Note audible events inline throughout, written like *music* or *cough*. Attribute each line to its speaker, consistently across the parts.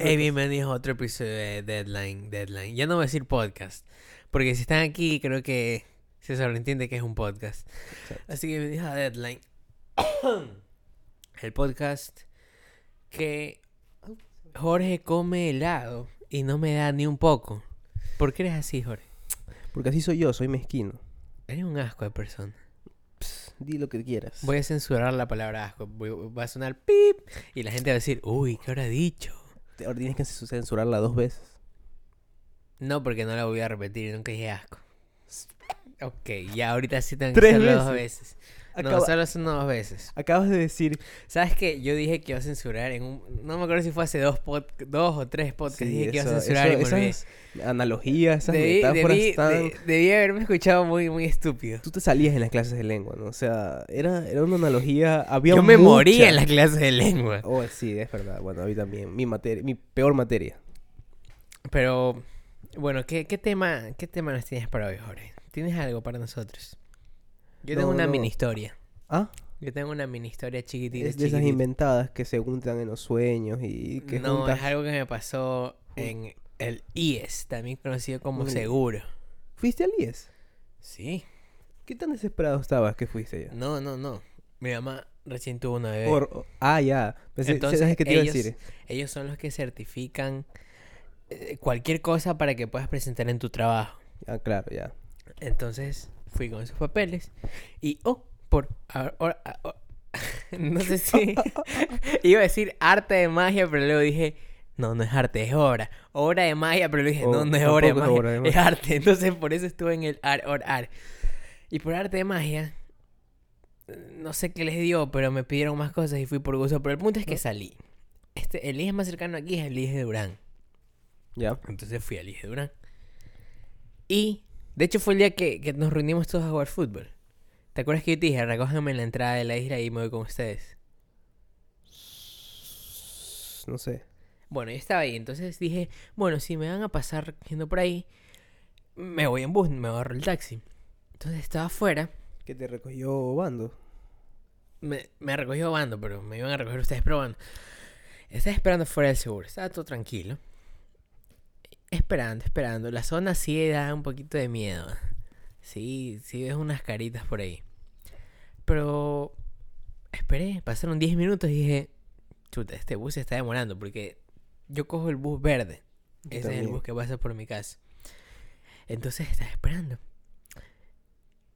Speaker 1: Hey, bienvenidos a otro episodio de Deadline, Deadline. Ya no voy a decir podcast, porque si están aquí creo que se sobreentiende que es un podcast. Así que bienvenidos a Deadline. El podcast que Jorge come helado y no me da ni un poco. ¿Por qué eres así, Jorge?
Speaker 2: Porque así soy yo, soy mezquino.
Speaker 1: Eres un asco de persona.
Speaker 2: Pss, di lo que quieras.
Speaker 1: Voy a censurar la palabra asco. Voy- va a sonar pip y la gente va a decir, uy, ¿qué habrá dicho?
Speaker 2: Te- Ahora tienes que censurarla dos veces.
Speaker 1: No, porque no la voy a repetir, nunca dije asco. Ok, ya ahorita sí tengo que
Speaker 2: Tres
Speaker 1: hacerlo dos veces. No,
Speaker 2: Acaba-
Speaker 1: solo son dos veces.
Speaker 2: Acabas de decir.
Speaker 1: ¿Sabes qué? Yo dije que iba a censurar en un... No me acuerdo si fue hace dos, pod- dos o tres podcasts.
Speaker 2: Sí,
Speaker 1: dije que iba a
Speaker 2: eso-
Speaker 1: censurar
Speaker 2: eso-
Speaker 1: y me olvidé.
Speaker 2: esas analogías, esas
Speaker 1: Debí,
Speaker 2: metáforas
Speaker 1: debí-
Speaker 2: tan.
Speaker 1: de- debí haberme escuchado muy, muy estúpido.
Speaker 2: Tú te salías en las clases de lengua, ¿no? O sea, era, era una analogía. Había
Speaker 1: Yo me
Speaker 2: mucha-
Speaker 1: moría en la clase de lengua.
Speaker 2: Oh, sí, es verdad. Bueno, a mí también. Mi materia, mi peor materia.
Speaker 1: Pero, bueno, ¿qué, qué tema, ¿qué tema nos tienes para hoy, Jorge? ¿Tienes algo para nosotros? Yo tengo
Speaker 2: No,
Speaker 1: una
Speaker 2: no.
Speaker 1: mini historia.
Speaker 2: Ah,
Speaker 1: Yo tengo una mini historia chiquitita,
Speaker 2: es de esas
Speaker 1: chiquitita.
Speaker 2: inventadas que se juntan en los sueños y que
Speaker 1: No,
Speaker 2: juntas.
Speaker 1: es algo que me pasó en el IES, también conocido como
Speaker 2: Uy.
Speaker 1: seguro.
Speaker 2: ¿Fuiste al IES?
Speaker 1: Sí.
Speaker 2: ¿Qué tan desesperado estabas que fuiste allá?
Speaker 1: No, no, no. Mi mamá recién tuvo una bebé.
Speaker 2: Por- o- ah, ya. Pensé,
Speaker 1: Entonces,
Speaker 2: ¿sabes qué te iba a
Speaker 1: ellos-
Speaker 2: decir?
Speaker 1: Ellos son los que certifican eh, cualquier cosa para que puedas presentar en tu trabajo.
Speaker 2: Ah, claro, ya.
Speaker 1: Entonces fui con esos papeles y, oh, por... a- a- a- a- *laughs* no
Speaker 2: *laughs*
Speaker 1: sé si iba a decir arte de magia, pero luego dije, no, no es arte, es obra. Obra de magia, pero luego dije,
Speaker 2: Oh,
Speaker 1: no, no es obra de,
Speaker 2: tampoco es
Speaker 1: magia,
Speaker 2: obra de
Speaker 1: es
Speaker 2: magia.
Speaker 1: arte. Entonces por eso estuve en el ar, or, ar. Y por arte de magia, no sé qué les dio, pero me pidieron más cosas y fui por gusto. Pero el punto es
Speaker 2: Ah.
Speaker 1: que salí. Este, el IES más cercano aquí es el IES de Durán.
Speaker 2: Ya.
Speaker 1: Entonces fui al IES de Durán. Y, de hecho, fue el día que, que nos reunimos todos a jugar fútbol. ¿Te acuerdas que yo te dije, recójanme en la entrada de la isla y me voy con ustedes?
Speaker 2: No sé.
Speaker 1: Bueno, yo estaba ahí, entonces dije, bueno, si me van a pasar yendo por ahí, me voy en bus, me agarro el taxi. Entonces estaba afuera,
Speaker 2: Que te recogió Bando.
Speaker 1: me, me recogió bando, pero me iban a recoger ustedes probando. Estaba esperando fuera del seguro, estaba todo tranquilo. Esperando, esperando. La zona sí da un poquito de miedo. Sí, sí ves unas caritas por ahí. Pero esperé, pasaron 10 minutos y dije, chuta, este bus se está demorando porque yo cojo el bus verde.
Speaker 2: Yo
Speaker 1: Ese es el
Speaker 2: también.
Speaker 1: bus que pasa por mi casa. Entonces estaba esperando.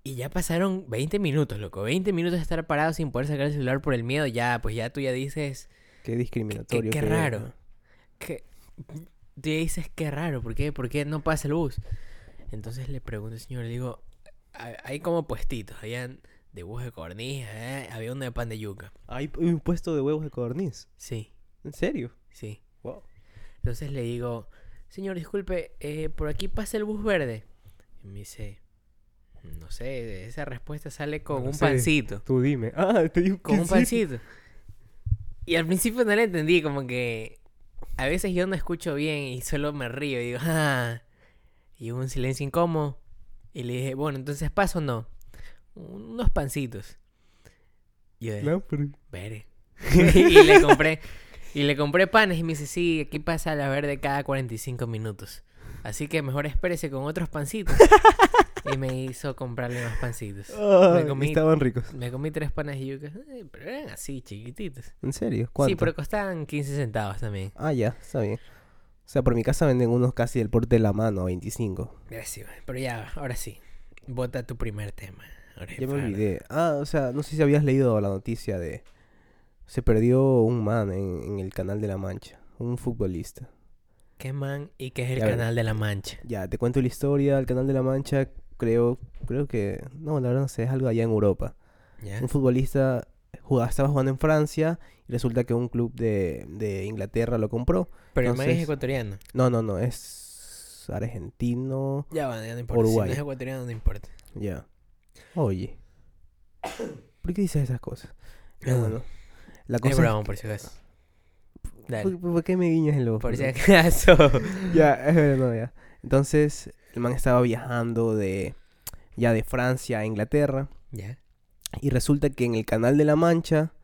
Speaker 1: Y ya pasaron 20 minutos, loco. 20 minutos de estar parado sin poder sacar el celular por el miedo. Ya, pues ya tú ya dices,
Speaker 2: Qué discriminatorio.
Speaker 1: qué
Speaker 2: que es,
Speaker 1: raro.
Speaker 2: ¿no?
Speaker 1: que tú ya dices, qué raro, ¿por qué, ¿por qué no pasa el bus? Entonces le pregunto al señor, le digo, "Hay- hay como puestitos, habían de bus de cornija, eh, había uno de pan de yuca.
Speaker 2: Hay p- un puesto de huevos de codorniz.
Speaker 1: Sí,
Speaker 2: ¿En serio?
Speaker 1: sí.
Speaker 2: Wow.
Speaker 1: Entonces le digo, señor, disculpe, eh, por aquí pasa el bus verde. Y me dice, no sé, esa respuesta sale con
Speaker 2: No
Speaker 1: un
Speaker 2: sé.
Speaker 1: pancito.
Speaker 2: Tú dime. *laughs* Ah, te digo
Speaker 1: Con
Speaker 2: que
Speaker 1: un
Speaker 2: sí.
Speaker 1: pancito. Y al principio no la entendí, como que a veces yo no escucho bien y solo me río y digo, ah. Y hubo un silencio incómodo. Y le dije, bueno, entonces paso o no. Unos pancitos. Y yo,
Speaker 2: No, pero-
Speaker 1: "Vere". *laughs* y
Speaker 2: *laughs*
Speaker 1: le compré. Y le compré panes y me dice, sí, aquí pasa la verde cada 45 minutos. Así que mejor espérese con otros pancitos. y me hizo comprarle unos pancitos.
Speaker 2: Ah,
Speaker 1: Me comí
Speaker 2: estaban ricos.
Speaker 1: me comí tres panes de yuca, eh, pero eran así, chiquititos.
Speaker 2: ¿En serio? ¿Cuánto?
Speaker 1: Sí, pero costaban 15 centavos también.
Speaker 2: Ah, ya, está bien. O sea, por mi casa venden unos casi del porte de la mano, 25.
Speaker 1: Gracias, pero ya, ahora sí. Bota tu primer tema. Jorge
Speaker 2: Ya me
Speaker 1: Fajardo.
Speaker 2: olvidé. Ah, o sea, no sé si habías leído la noticia de... Se perdió un man en, en el Canal de la Mancha. Un futbolista.
Speaker 1: ¿Qué man y qué es el
Speaker 2: Ya verás.
Speaker 1: canal de la Mancha?
Speaker 2: Ya, te cuento la historia. El Canal de la Mancha, creo... Creo que... No, la verdad no sé. Es algo allá en Europa.
Speaker 1: ¿Ya?
Speaker 2: un futbolista jugaba- estaba jugando en Francia y resulta que un club de, de Inglaterra lo compró.
Speaker 1: pero el man es
Speaker 2: entonces-
Speaker 1: ecuatoriano.
Speaker 2: No, no, no, es argentino.
Speaker 1: Ya, bueno, ya no importa.
Speaker 2: Uruguay.
Speaker 1: Si no es ecuatoriano, no importa.
Speaker 2: Ya. Oye. *coughs* ¿Por qué dices esas
Speaker 1: *coughs*
Speaker 2: cosas? Ya,
Speaker 1: Ah,
Speaker 2: bueno, La cosa
Speaker 1: Es
Speaker 2: es-
Speaker 1: bravo, por si acaso. Dale.
Speaker 2: ¿Por, por qué me guiñas el ojo?
Speaker 1: Por si
Speaker 2: loco? *laughs*
Speaker 1: acaso.
Speaker 2: ya, es verdad, no, ya. Entonces, el man estaba viajando de ya de Francia a Inglaterra
Speaker 1: ¿Ya?
Speaker 2: y resulta que en el Canal de la Mancha,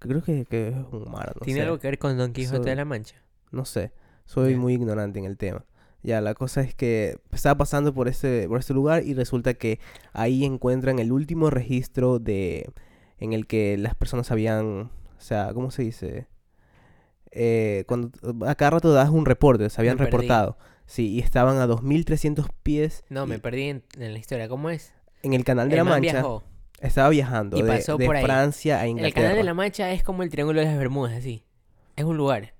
Speaker 2: creo que, que es un mar, no
Speaker 1: ¿Tiene
Speaker 2: sé.
Speaker 1: algo que ver con Don Quijote
Speaker 2: eso-
Speaker 1: de la Mancha?
Speaker 2: No sé. Soy
Speaker 1: Ya.
Speaker 2: muy ignorante en el tema. Ya, la cosa es que estaba pasando por este, por este lugar y resulta que ahí encuentran el último registro de en el que las personas habían, o sea, ¿cómo se dice? Eh, cuando a cada rato das un reporte, se habían
Speaker 1: Me perdí.
Speaker 2: reportado. Sí, y estaban a 2300 pies
Speaker 1: No,
Speaker 2: y-
Speaker 1: me perdí en, en la historia. ¿Cómo es?
Speaker 2: en el Canal de la
Speaker 1: El man
Speaker 2: Mancha.
Speaker 1: viajó.
Speaker 2: Estaba viajando
Speaker 1: Y
Speaker 2: de,
Speaker 1: pasó
Speaker 2: de
Speaker 1: por ahí.
Speaker 2: Francia a
Speaker 1: El
Speaker 2: Inglaterra.
Speaker 1: canal de la Mancha es como el Triángulo de las Bermudas, así. Es un lugar.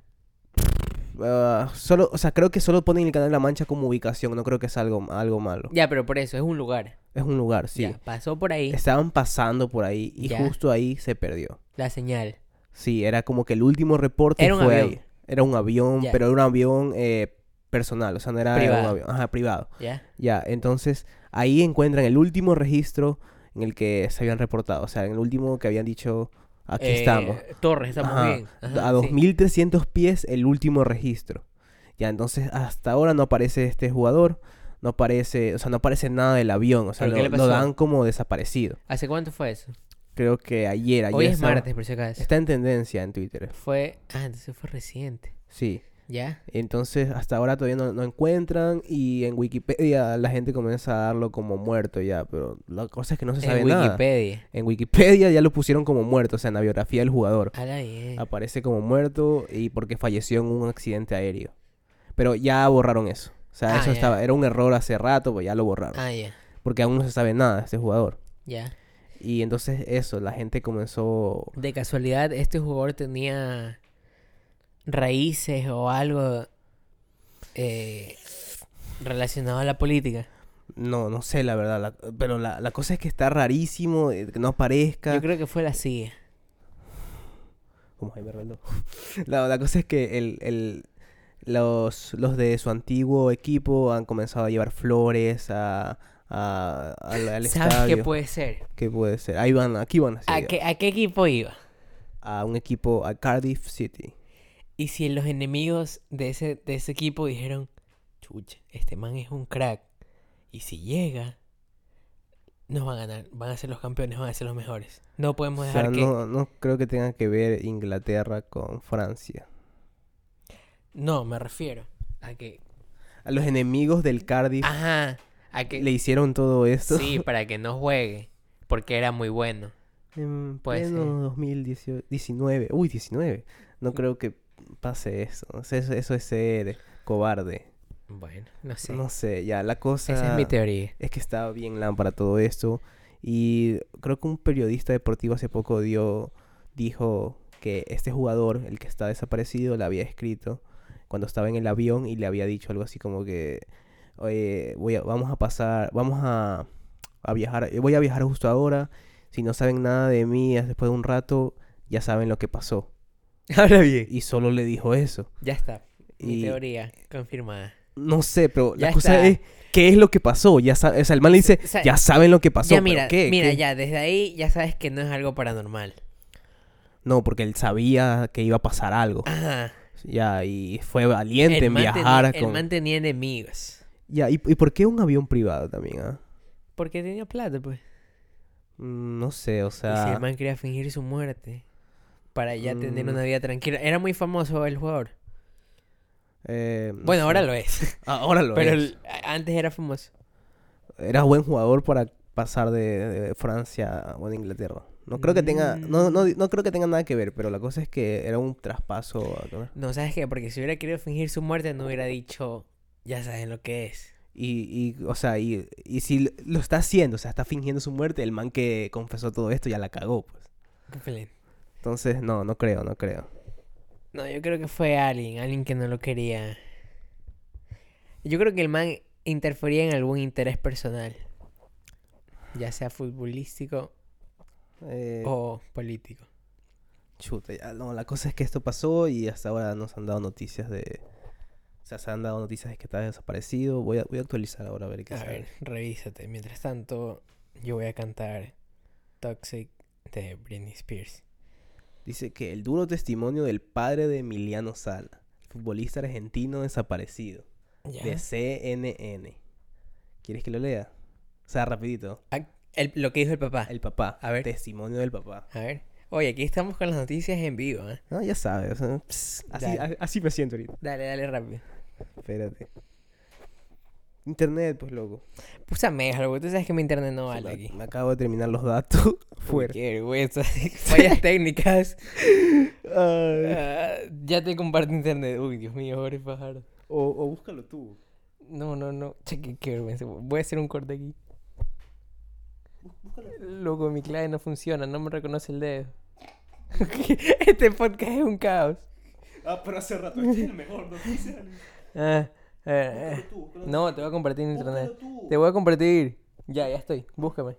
Speaker 2: Ah, solo, o sea, creo que solo ponen el Canal de la Mancha como ubicación, no creo que es algo, algo malo.
Speaker 1: Ya, pero por eso, es un lugar.
Speaker 2: Es un lugar, sí.
Speaker 1: Ya, pasó por ahí
Speaker 2: Estaban pasando por ahí y
Speaker 1: Ya.
Speaker 2: justo ahí se perdió.
Speaker 1: la señal.
Speaker 2: Sí, era como que el último reporte
Speaker 1: Era un
Speaker 2: fue
Speaker 1: avión.
Speaker 2: ahí. Era un avión,
Speaker 1: Ya.
Speaker 2: pero era un avión eh, personal, o sea, no era un
Speaker 1: Privado.
Speaker 2: avión, ajá, privado.
Speaker 1: ¿Ya?
Speaker 2: Ya, entonces ahí encuentran el último registro en el que se habían reportado, o sea, en el último que habían dicho, aquí
Speaker 1: Eh,
Speaker 2: estamos.
Speaker 1: Torres, estamos
Speaker 2: Ajá,
Speaker 1: bien. Ajá,
Speaker 2: a
Speaker 1: sí.
Speaker 2: 2300 pies el último registro. Ya, entonces hasta ahora no aparece este jugador, no aparece, o sea, no aparece nada del avión, o sea, lo,
Speaker 1: ¿Pero qué le
Speaker 2: lo
Speaker 1: pasó?
Speaker 2: dan como desaparecido.
Speaker 1: ¿Hace cuánto fue eso?
Speaker 2: Creo que ayer, ayer
Speaker 1: Hoy es
Speaker 2: estaba-
Speaker 1: martes, pues. por si acaso.
Speaker 2: Está en tendencia en Twitter.
Speaker 1: Fue. Ah, entonces fue reciente.
Speaker 2: Sí.
Speaker 1: ¿Ya?
Speaker 2: Entonces hasta ahora todavía no, no encuentran y en Wikipedia la gente comienza a darlo como muerto ya, pero la cosa es que no se sabe
Speaker 1: En
Speaker 2: nada.
Speaker 1: Wikipedia.
Speaker 2: En Wikipedia ya lo pusieron como muerto, o sea, en la biografía del jugador.
Speaker 1: A la bien.
Speaker 2: aparece como muerto y porque falleció en un accidente aéreo. Pero ya borraron eso. O sea,
Speaker 1: Ah,
Speaker 2: eso
Speaker 1: ya.
Speaker 2: estaba, era un error hace rato, pues ya lo borraron.
Speaker 1: Ah, ya.
Speaker 2: Porque aún no se sabe nada de este jugador.
Speaker 1: Ya.
Speaker 2: Y entonces eso, la gente comenzó...
Speaker 1: De casualidad, este jugador tenía raíces o algo eh, relacionado a la política.
Speaker 2: No, no sé la verdad, la- pero la, la cosa es que está rarísimo, eh, que no aparezca...
Speaker 1: Yo creo que fue la CIA.
Speaker 2: Como Jaime Roldo. *laughs* la, la cosa es que el, el- los, los de su antiguo equipo han comenzado a llevar flores a, a- al, al
Speaker 1: ¿Sabes
Speaker 2: estadio.
Speaker 1: qué puede ser?
Speaker 2: ¿Qué puede ser? Ahí van, aquí van las
Speaker 1: ¿A
Speaker 2: ideas.
Speaker 1: qué, ¿A qué equipo iba?
Speaker 2: a un equipo, a Cardiff City.
Speaker 1: Y si los enemigos de ese, de ese equipo dijeron, chucha, este man es un crack. Y si llega, nos van a ganar. Van a ser los campeones, van a ser los mejores. No podemos
Speaker 2: O
Speaker 1: dejar
Speaker 2: sea,
Speaker 1: que...
Speaker 2: no, no creo que tenga que ver Inglaterra con Francia.
Speaker 1: No, me refiero a que...
Speaker 2: A los enemigos del Cardiff
Speaker 1: Ajá, a que...
Speaker 2: le hicieron todo esto.
Speaker 1: Ah, Sí, para que no juegue. Porque era muy bueno.
Speaker 2: En
Speaker 1: Puede ser. Mm.
Speaker 2: pleno 2019. Uy, 19. No creo que pase eso. O sea, Eso, eso es ser cobarde.
Speaker 1: Bueno, no sé.
Speaker 2: No sé, ya la cosa
Speaker 1: Esa es
Speaker 2: *laughs*
Speaker 1: mi teoría.
Speaker 2: es que estaba bien lámpara todo esto. Y creo que un periodista deportivo hace poco dio, dijo que este jugador, el que está desaparecido, le había escrito cuando estaba en el avión y le había dicho algo así como que "Oye, voy a- vamos a pasar, vamos a, a viajar, eh, voy a viajar justo ahora. Si no saben nada de mí es después de un rato, ya saben lo que pasó.
Speaker 1: Ahora bien.
Speaker 2: Y solo le dijo eso.
Speaker 1: Ya está. Mi
Speaker 2: Y-
Speaker 1: teoría confirmada.
Speaker 2: No sé, pero la
Speaker 1: Ya
Speaker 2: cosa
Speaker 1: está.
Speaker 2: es qué es lo que pasó. Ya sa- o sea, el man le dice,
Speaker 1: O sea,
Speaker 2: ya saben lo que pasó.
Speaker 1: ya
Speaker 2: Ah, pero
Speaker 1: mira,
Speaker 2: ¿qué?
Speaker 1: mira,
Speaker 2: ¿Qué?
Speaker 1: ya desde ahí ya sabes que no es algo paranormal.
Speaker 2: No, porque él sabía que iba a pasar algo.
Speaker 1: Ajá.
Speaker 2: Ya, y fue valiente
Speaker 1: el
Speaker 2: en
Speaker 1: man tenía-
Speaker 2: viajar
Speaker 1: el
Speaker 2: con...
Speaker 1: man tenía enemigos.
Speaker 2: Ya, ¿y, y por qué un avión privado también, ah?
Speaker 1: Porque tenía plata, pues.
Speaker 2: Mm, No sé, o
Speaker 1: Y si
Speaker 2: sea...
Speaker 1: el man quería fingir su muerte para ya tener
Speaker 2: Mm.
Speaker 1: una vida tranquila. Era muy famoso el jugador.
Speaker 2: eh, no
Speaker 1: Bueno,
Speaker 2: sé.
Speaker 1: ahora lo es.
Speaker 2: Ahora *laughs* lo
Speaker 1: Pero
Speaker 2: es.
Speaker 1: el- a- antes era famoso.
Speaker 2: Era buen jugador para pasar de, de Francia o de Inglaterra. No creo que tenga... No, no,
Speaker 1: Mm.
Speaker 2: no creo que tenga nada que ver, pero la cosa es que era un traspaso... ¿no?
Speaker 1: No, ¿sabes qué? Porque si hubiera querido fingir su muerte no hubiera dicho, ya saben lo que es.
Speaker 2: Y, y, o sea, y, y si lo está haciendo, o sea, está fingiendo su muerte, el man que confesó todo esto ya la cagó, pues.
Speaker 1: Complen.
Speaker 2: Entonces, no, no creo, no creo.
Speaker 1: No, yo creo que fue alguien, alguien que no lo quería. Yo creo que el man interfería en algún interés personal. Ya sea futbolístico
Speaker 2: Eh,
Speaker 1: o político.
Speaker 2: Chuta, ya, no, la cosa es que esto pasó y hasta ahora nos han dado noticias de... O sea, se han dado noticias de que está desaparecido. Voy a, voy a actualizar ahora a ver qué
Speaker 1: A
Speaker 2: sale.
Speaker 1: ver, revísate. Mientras tanto, yo voy a cantar Toxic de Britney Spears.
Speaker 2: Dice que el duro testimonio del padre de Emiliano Sala, futbolista argentino desaparecido,
Speaker 1: ¿Ya?
Speaker 2: de CNN. ¿Quieres que lo lea? O sea, rapidito.
Speaker 1: Ah, el- lo que dijo el papá.
Speaker 2: El papá.
Speaker 1: A ver.
Speaker 2: Testimonio del papá.
Speaker 1: A ver. Oye, aquí estamos con las noticias en vivo, ¿eh?
Speaker 2: No, ya sabes. o sea, pss, así,
Speaker 1: Dale.
Speaker 2: a- así me siento ahorita.
Speaker 1: Dale, dale rápido.
Speaker 2: Espérate. Internet, pues loco.
Speaker 1: Púsame algo, tú sabes que mi internet no vale
Speaker 2: me,
Speaker 1: aquí.
Speaker 2: me acabo de terminar los datos. *laughs*
Speaker 1: Uy,
Speaker 2: Fuera.
Speaker 1: Qué vergüenza. *laughs* Fallas técnicas.
Speaker 2: Ay.
Speaker 1: Ah, ya te comparto internet. Uy, Dios mío, pobre pájaro.
Speaker 2: O, o búscalo tú.
Speaker 1: No, no, no. Che, qué, qué vergüenza. Voy a hacer un corte aquí. Loco, mi clave no funciona, no me reconoce el dedo. *laughs* este podcast es un caos.
Speaker 2: Ah, pero hace rato. Este es el mejor. No Búscalo
Speaker 1: Ah, a ver, eh.
Speaker 2: tú. Búscalo
Speaker 1: *laughs* No, te voy a compartir en internet.
Speaker 2: tú.
Speaker 1: Te voy a compartir. Ya, ya estoy. Búscame.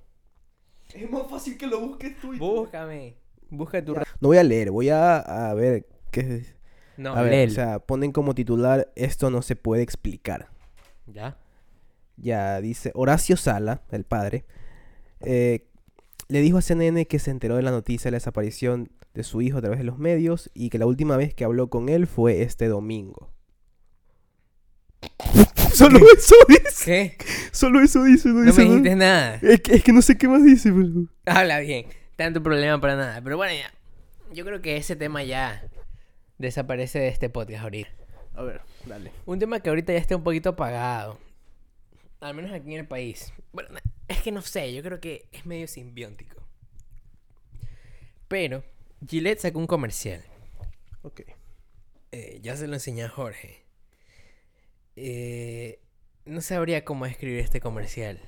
Speaker 2: Es más fácil que lo busques tú.
Speaker 1: Búscame. Busca tu ra-
Speaker 2: No voy a leer. Voy a, a ver qué es.
Speaker 1: No,
Speaker 2: a ver,
Speaker 1: léelo.
Speaker 2: o sea, ponen como titular esto no se puede explicar.
Speaker 1: Ya.
Speaker 2: Ya dice Horacio Sala, el padre, eh, le dijo a CNN que se enteró de la noticia de la desaparición de su hijo a través de los medios y que la última vez que habló con él fue este
Speaker 1: *laughs*
Speaker 2: domingo. Solo eso *laughs* dice.
Speaker 1: *laughs* ¿Qué?
Speaker 2: Solo eso dice. No,
Speaker 1: No
Speaker 2: dice
Speaker 1: me
Speaker 2: nada.
Speaker 1: dijiste nada.
Speaker 2: Es, que, es que no sé qué más dice. pero-
Speaker 1: Habla bien. Tanto problema para nada. Pero bueno, ya. Yo creo que ese tema ya desaparece de este podcast ahorita.
Speaker 2: A ver, dale.
Speaker 1: Un tema que ahorita ya está un poquito apagado. Al menos aquí en el país. Bueno, na- es que no sé, yo creo que es medio simbiótico. Pero Gillette sacó un comercial.
Speaker 2: Ok.
Speaker 1: Eh, ya se lo enseñé a Jorge. Eh, no sabría cómo escribir este comercial.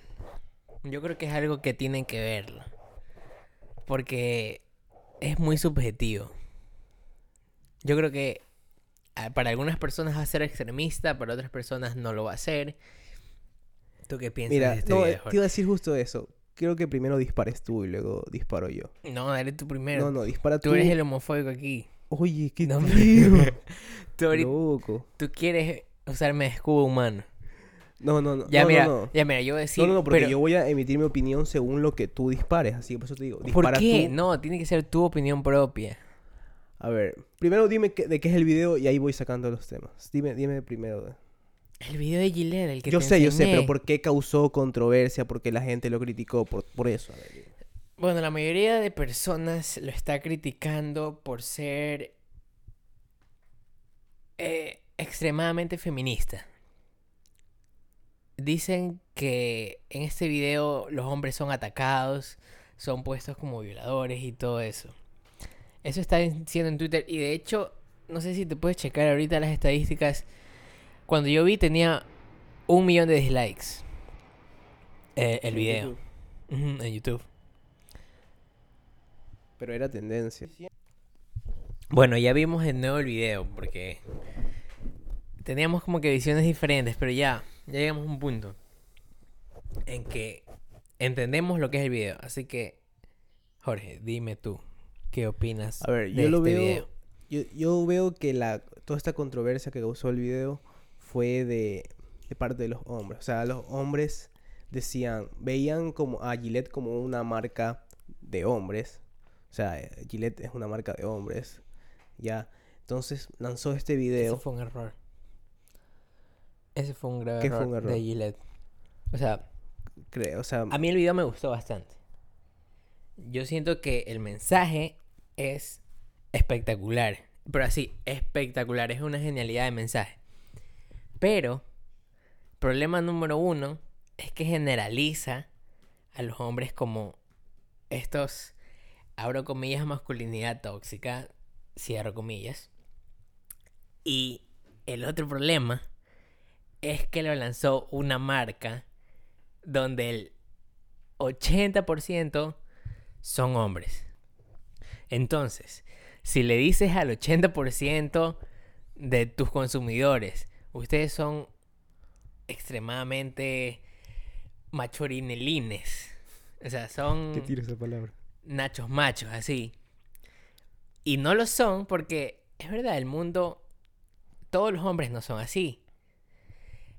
Speaker 1: Yo creo que es algo que tienen que verlo. Porque es muy subjetivo. Yo creo que ah, para algunas personas va a ser extremista, para otras personas no lo va a ser. ¿Tú qué piensas
Speaker 2: Mira,
Speaker 1: de este
Speaker 2: no,
Speaker 1: video,
Speaker 2: te
Speaker 1: Jorge?
Speaker 2: iba a decir justo eso. Creo que primero dispares tú y luego disparo yo.
Speaker 1: No, dale tú primero.
Speaker 2: no, no, dispara tú.
Speaker 1: tú eres el homofóbico aquí.
Speaker 2: Oye, qué
Speaker 1: No,
Speaker 2: tío.
Speaker 1: Tú, *laughs* ahorita-
Speaker 2: Loco.
Speaker 1: tú quieres usarme de escudo humano.
Speaker 2: No, no, no.
Speaker 1: Ya
Speaker 2: no,
Speaker 1: mira,
Speaker 2: no, no.
Speaker 1: ya mira, yo voy a decir.
Speaker 2: no, no, no, porque
Speaker 1: pero-
Speaker 2: yo voy a emitir mi opinión según lo que tú dispares. Así que por eso te digo,
Speaker 1: ¿Por
Speaker 2: dispara
Speaker 1: qué?
Speaker 2: tú.
Speaker 1: No, tiene que ser tu opinión propia.
Speaker 2: A ver, primero dime qué- de qué es el video y ahí voy sacando los temas. Dime, dime primero.
Speaker 1: El video de Gillette, el que
Speaker 2: Yo
Speaker 1: te
Speaker 2: sé, yo sé, pero
Speaker 1: enseñé.
Speaker 2: ¿por qué causó controversia? ¿Por qué la gente lo criticó? Por, por eso. A ver, dime.
Speaker 1: Bueno, la mayoría de personas lo está criticando por ser eh, extremadamente feminista. Dicen que en este video los hombres son atacados, son puestos como violadores y todo eso. Eso está diciendo en Twitter y de hecho, no sé si te puedes checar ahorita las estadísticas. Cuando yo vi tenía un millón de dislikes eh, el video Ujú, en YouTube.
Speaker 2: Pero era tendencia.
Speaker 1: Bueno, ya vimos de nuevo el video porque teníamos como que visiones diferentes, pero ya, ya llegamos a un punto en que entendemos lo que es el video. Así que, Jorge, dime tú, ¿qué opinas
Speaker 2: A ver,
Speaker 1: de
Speaker 2: yo lo
Speaker 1: este
Speaker 2: veo.
Speaker 1: video?
Speaker 2: Yo, yo veo que la, toda esta controversia que causó el video fue de, de parte de los hombres. O sea, los hombres decían, veían como a Gillette como una marca de hombres. O sea, eh, Gillette es una marca de hombres. Ya. Entonces lanzó este
Speaker 1: Ese
Speaker 2: video.
Speaker 1: fue un error. Ese fue un grave
Speaker 2: ¿Qué fue
Speaker 1: error,
Speaker 2: un
Speaker 1: de
Speaker 2: error?
Speaker 1: Gillette. O sea,
Speaker 2: Creo, o sea,
Speaker 1: a mí el video me gustó bastante. Yo siento que el mensaje es espectacular. Pero así, espectacular. Es una genialidad de mensaje. Pero, problema número uno es que generaliza a los hombres como estos, abro comillas, masculinidad tóxica, cierro comillas. Y el otro problema es que lo lanzó una marca donde el 80% son hombres. Entonces, si le dices al 80% de tus consumidores, ustedes son extremadamente machorinelines. O sea, son
Speaker 2: esa palabra?
Speaker 1: nachos machos, así. Y no lo son porque es verdad, el mundo, todos los hombres no son así.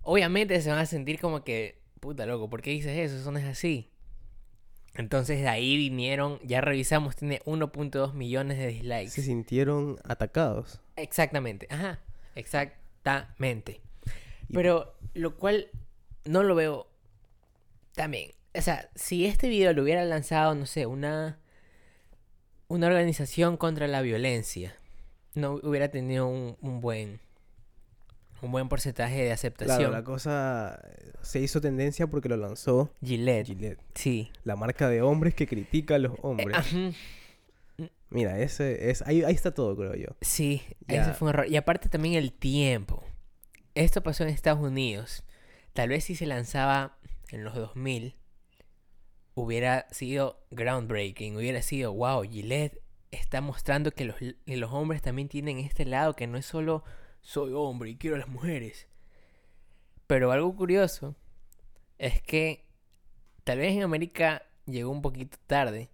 Speaker 1: Obviamente se van a sentir como que, puta loco, ¿por qué dices eso? Eso no es así. Entonces de ahí vinieron, ya revisamos, tiene 1.2 millones de dislikes.
Speaker 2: Se sintieron atacados.
Speaker 1: Exactamente, ajá, exactamente.
Speaker 2: Y-
Speaker 1: Pero lo cual no lo veo también. O sea, si este video lo hubiera lanzado, no sé, una una organización contra la violencia no hubiera tenido un, un buen un buen porcentaje de aceptación.
Speaker 2: Claro, la cosa eh, se hizo tendencia porque lo lanzó
Speaker 1: Gillette.
Speaker 2: Gillette,
Speaker 1: Sí. Eh,
Speaker 2: la marca de hombres que critica a los hombres.
Speaker 1: Ajú.
Speaker 2: Mira, ese es ahí, ahí está todo, creo yo.
Speaker 1: Sí,
Speaker 2: Ya.
Speaker 1: ese fue un error. Y aparte también el tiempo. Esto pasó en Estados Unidos. Tal vez si se lanzaba en los 2000, hubiera sido groundbreaking. Hubiera sido, wow, Gillette está mostrando que los, que los hombres también tienen este lado, que no es solo soy hombre y quiero a las mujeres. Pero algo curioso es que tal vez en América llegó un poquito tarde,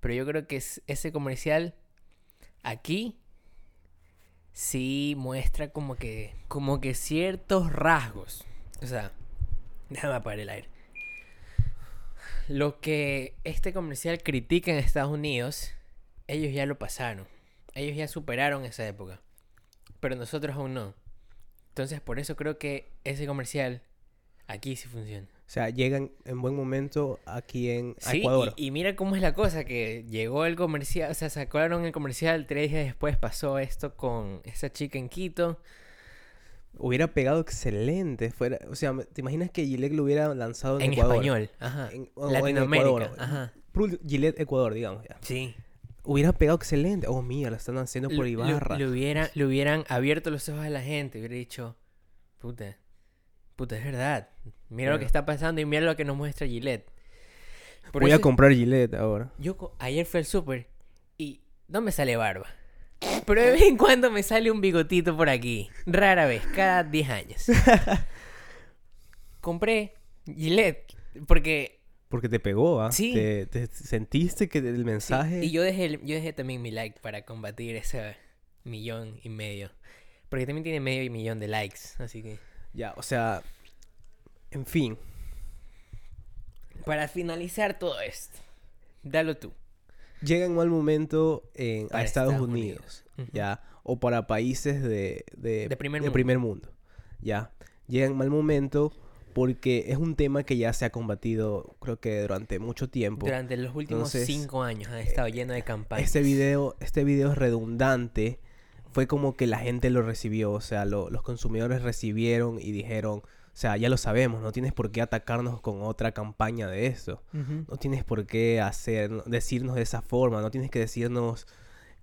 Speaker 1: pero yo creo que es- ese comercial aquí sí muestra como que como que ciertos rasgos. O sea, déjame apagar el aire. Lo que este comercial critica en Estados Unidos, ellos ya lo pasaron. Ellos ya superaron esa época. Pero nosotros aún no. Entonces, por eso creo que ese comercial aquí sí funciona.
Speaker 2: O sea, llegan en buen momento aquí en a
Speaker 1: Sí,
Speaker 2: Ecuador.
Speaker 1: Y, y mira cómo es la cosa, que llegó el comercial, o sea, sacaron el comercial, tres días después pasó esto con esa chica en Quito.
Speaker 2: Hubiera pegado excelente. Fuera, o sea, ¿te imaginas que Gillette lo hubiera lanzado en,
Speaker 1: En
Speaker 2: Ecuador?
Speaker 1: español, ajá.
Speaker 2: En- o- o en
Speaker 1: Latinoamérica,
Speaker 2: Ecuador.
Speaker 1: ajá.
Speaker 2: Pro- Gillette Ecuador, digamos. ya.
Speaker 1: Sí.
Speaker 2: Hubiera pegado excelente. Oh, mira, lo están haciendo por
Speaker 1: Le-
Speaker 2: Ibarra.
Speaker 1: Le, le hubiera- le hubieran abierto los ojos a la gente, hubiera dicho, puta, puta, es verdad. Mira lo que
Speaker 2: Claro.
Speaker 1: está pasando y mira lo que nos muestra Gillette. Por
Speaker 2: Voy a
Speaker 1: eso-
Speaker 2: comprar Gillette ahora.
Speaker 1: Yo co- ayer fui al súper y no me sale barba. Pero de vez en cuando me sale un bigotito por aquí. Rara vez, cada 10
Speaker 2: *laughs*
Speaker 1: años. Compré Gillette porque...
Speaker 2: Porque te pegó, ¿ah?
Speaker 1: Sí.
Speaker 2: Te, te sentiste que el
Speaker 1: sí,
Speaker 2: mensaje.
Speaker 1: y yo dejé, el- yo dejé también mi like para combatir ese millón y medio. Porque también tiene medio y millón de likes. Así que...
Speaker 2: Ya, o sea. En fin.
Speaker 1: Para finalizar todo esto. Dalo tú.
Speaker 2: Llega en mal momento en- a
Speaker 1: Para
Speaker 2: Estados,
Speaker 1: Estados
Speaker 2: Unidos,
Speaker 1: Unidos.
Speaker 2: ¿ya? O para países de, de,
Speaker 1: De primer mundo.
Speaker 2: mundo, ¿ya? Llega en mal momento porque es un tema que ya se ha combatido, creo que durante mucho tiempo.
Speaker 1: Durante los últimos
Speaker 2: Entonces,
Speaker 1: 5 años ha estado lleno de campañas.
Speaker 2: Este video, este video es redundante. Fue como que la gente lo recibió, o sea, lo- los consumidores recibieron y dijeron, o sea, ya lo sabemos, no tienes por qué atacarnos con otra campaña de esto.
Speaker 1: Ujú.
Speaker 2: No tienes por qué hacer, decirnos de esa forma, no tienes que decirnos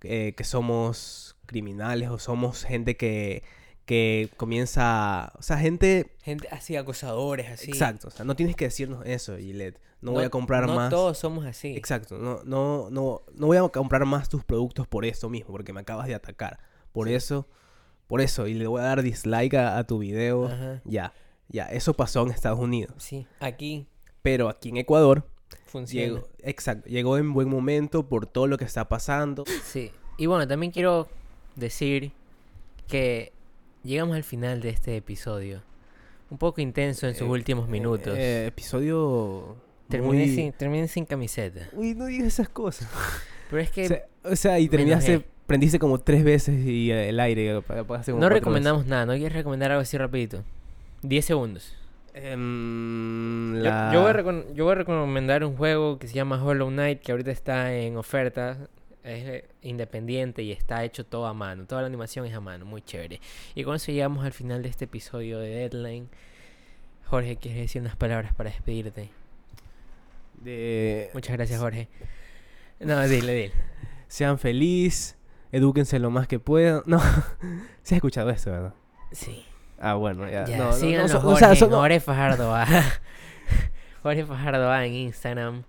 Speaker 2: eh, que somos criminales o somos gente que, que comienza, o sea, gente...
Speaker 1: Gente así, acosadores, así.
Speaker 2: Exacto, o sea, no tienes que decirnos eso, Gillette. No, voy a comprar
Speaker 1: no
Speaker 2: más.
Speaker 1: todos somos así.
Speaker 2: Exacto, no, no, no, no voy a comprar más tus productos por eso mismo, porque me acabas de atacar. Por eso, por eso, y le voy a dar dislike a, a tu video.
Speaker 1: Ajá.
Speaker 2: Ya, ya, eso pasó en Estados Unidos.
Speaker 1: Sí, aquí
Speaker 2: Pero aquí en Ecuador,
Speaker 1: funciona.
Speaker 2: llegó, exacto, llegó en buen momento por todo lo que está pasando.
Speaker 1: Sí. Y bueno, también quiero decir que llegamos al final de este episodio. Un poco intenso en sus
Speaker 2: Eh,
Speaker 1: últimos minutos.
Speaker 2: Eh, episodio
Speaker 1: terminé,
Speaker 2: muy...
Speaker 1: sin, terminé sin camiseta.
Speaker 2: Uy, no digas esas cosas.
Speaker 1: Pero es que
Speaker 2: O sea, o sea, y
Speaker 1: Me
Speaker 2: terminaste,
Speaker 1: enojé.
Speaker 2: prendiste como tres veces y eh, el aire apagaste como
Speaker 1: no
Speaker 2: cuatro
Speaker 1: recomendamos nada. ¿No quieres recomendar algo así rapidito? 10 segundos.
Speaker 2: veces. Em,
Speaker 1: Yo-
Speaker 2: la-
Speaker 1: Yo, voy a recon- yo voy a recomendar un juego que se llama Hollow Knight, que ahorita está en oferta. Es eh, independiente y está hecho todo a mano. Toda la animación es a mano, muy chévere. Y con eso llegamos al final de este episodio de Deadline. Jorge, ¿quieres decir unas palabras para despedirte?
Speaker 2: de-
Speaker 1: Muchas gracias, Jorge. No, dile, dile.
Speaker 2: Sean feliz, edúquense lo más que puedan. *laughs* No, se ha escuchado esto, ¿verdad?
Speaker 1: Sí.
Speaker 2: Ah, bueno, ya.
Speaker 1: Ya,
Speaker 2: no, no, no,
Speaker 1: síganos,
Speaker 2: so- o
Speaker 1: Jorge,
Speaker 2: sea, so- no.
Speaker 1: Jorge Fajardo A. *laughs* Jorge Fajardo A en Instagram.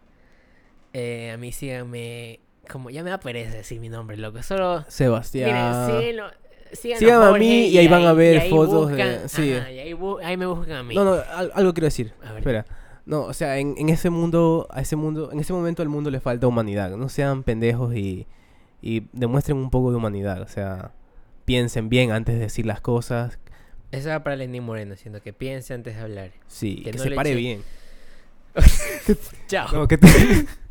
Speaker 1: Eh, a mí síganme. Como ya me da pereza decir mi nombre, loco. Solo.
Speaker 2: Sebastián.
Speaker 1: Miren, síguenlo- síganos,
Speaker 2: Síganme a
Speaker 1: Jorge,
Speaker 2: mí y ahí van a ver
Speaker 1: y ahí
Speaker 2: fotos de-
Speaker 1: buscan-
Speaker 2: sí.
Speaker 1: ajá, y ahí, bu- ahí me buscan a mí.
Speaker 2: No, no, al- algo quiero decir.
Speaker 1: A ver.
Speaker 2: Espera. No, o sea, en, en ese mundo, a ese mundo, en ese momento al mundo le falta humanidad. No sean pendejos y, y demuestren un poco de humanidad. O sea, piensen bien antes de decir las cosas.
Speaker 1: Eso va para Lenny Moreno, siendo que piense antes de hablar.
Speaker 2: Sí,
Speaker 1: Que
Speaker 2: que,
Speaker 1: no
Speaker 2: se
Speaker 1: le
Speaker 2: pare
Speaker 1: eche-
Speaker 2: bien.
Speaker 1: Chao.
Speaker 2: No, que te-